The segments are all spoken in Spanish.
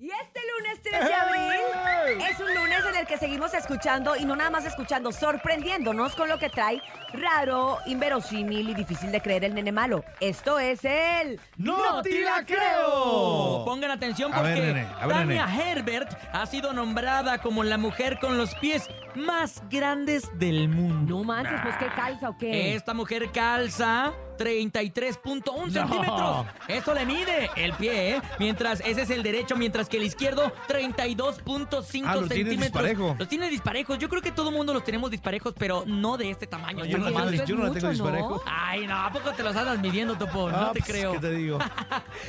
este el que seguimos escuchando y no nada más escuchando, sorprendiéndonos con lo que trae raro, inverosímil y difícil de creer el nene malo. Esto es el... ¡No te la creo! Pongan atención A porque ver, nene, a ver, Tania Herbert ha sido nombrada como la mujer con los pies más grandes del mundo. No manches, pues qué calza o qué. Esta mujer calza 33.1 centímetros. Eso le mide el pie, ¿eh? Mientras ese es el derecho, mientras que el izquierdo 32.5 Ah, lo tiene centímetros. disparejo. Los tiene disparejos. Yo creo que todo mundo los tenemos disparejos, pero no de este tamaño. yo no Está la mal. Esto tengo, es yo no la tengo mucho, ¿no? disparejo. Ay, no, ¿a poco te los andas midiendo, Topo? No Ah, te pues, creo. ¿Qué te digo?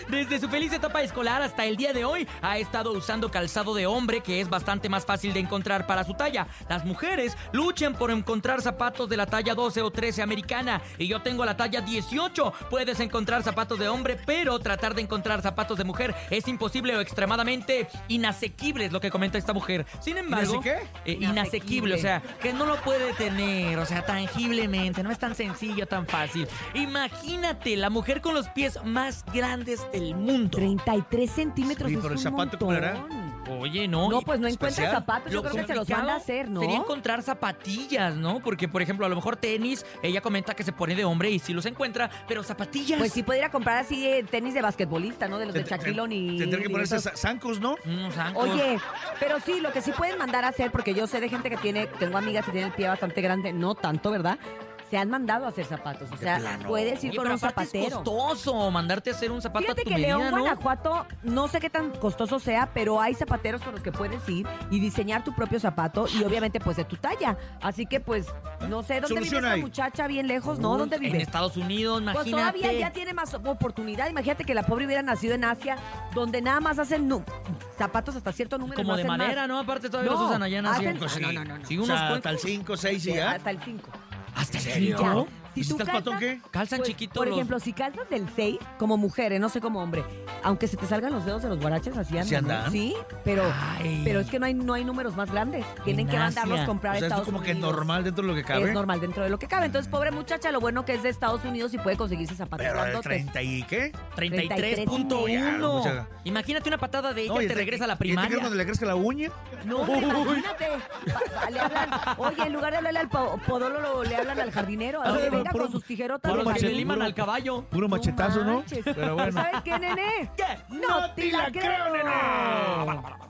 Desde su feliz etapa escolar hasta el día de hoy ha estado usando calzado de hombre que es bastante más fácil de encontrar para su talla. Las mujeres luchan por encontrar zapatos de la talla 12 o 13 americana y yo tengo la talla 18. Puedes encontrar zapatos de hombre, pero tratar de encontrar zapatos de mujer es imposible o extremadamente inasequible es lo que comenta esta mujer. Sin embargo, ¿Inase qué? eh, inasequible, o sea, que no lo puede tener, o sea, tangiblemente, no es tan sencillo, tan fácil. Imagínate la mujer con los pies más grandes del mundo. 33 centímetros Sí, es pero el un zapato, ¿cómo montón. era? Oye, no. No, y- pues no encuentra especial. zapatos, yo lo creo que se los van a complicado hacer, ¿no? Sería encontrar zapatillas, ¿no? Porque, por ejemplo, a lo mejor tenis, ella comenta que se pone de hombre y sí los encuentra, pero zapatillas. Pues sí pudiera comprar así eh, tenis de basquetbolista, ¿no? De los de Te- te- Shaquille O'Neal. Tendría que y ponerse esos. za- zancos, ¿no? Unos zancos. Oye, pero sí, lo que sí pueden mandar a hacer, porque yo sé de gente que tiene, tengo amigas que tienen el pie bastante grande, no tanto, ¿verdad? Se han mandado a hacer zapatos. O sea, puedes ir Oye, con pero un aparte es zapatero. costoso mandarte a hacer un zapato Fíjate a tu que medida, León, ¿no? Guanajuato, no sé qué tan costoso sea, pero hay zapateros con los que puedes ir y diseñar tu propio zapato y obviamente pues de tu talla. Así que pues, no sé, ¿dónde vive Solución esta hay. muchacha? Bien lejos, ¿no? Uy, ¿Dónde En vive? Estados Unidos, Pues imagínate. todavía ya tiene más oportunidad. Imagínate que la pobre hubiera nacido en Asia, donde nada más hacen nu- zapatos hasta cierto número. y Como no de hacen más. madera, ¿no? Aparte todavía No, los usan allá en Asia. hacen- Pues Ah, no, Cinco, sí. ¿eh? no, no, no. Sí, O unos sea, cuantos. hasta el 5, 6 Sí, y ya. Hasta el 5. ¿Hasta el serio? Pues, cinco? Si tú ¿Estás patón calzas- qué? Calzan Pues, chiquitos Por los- ejemplo, si calzas del 6, como mujeres, no sé como hombre, aunque se te salgan los dedos de los guaraches, así andan. ¿Sí ¿no? andan? Sí, pero, Ay. pero es que no hay, no hay números más grandes. Tienen que Ignacia. mandarlos O comprar sea, a esto Estados como que es Unidos. normal dentro de lo que cabe. Es normal dentro de lo que cabe. Entonces, pobre muchacha, lo bueno que es de Estados Unidos y puede conseguirse zapatos Pero el grandotes. 30 y qué? 33.1. Ya, mucha- Imagínate una patada de ella y te este- regresa a la y este que primaria. cuando le crezca la uña? No, hombre, imagínate. Pa- pa- le hablan- oye, en lugar de hablarle al po- podólogo, le hablan al jardinero. A Ah, que bueno, venga puro- con sus tijerotas. Por de lo que machete, le jardín. liman puro- al caballo. Puro machetazo, ¿no? manches. Pues, Pero bueno. ¿Sabes qué, nene? ¿Qué? ¡No te la creo, nene!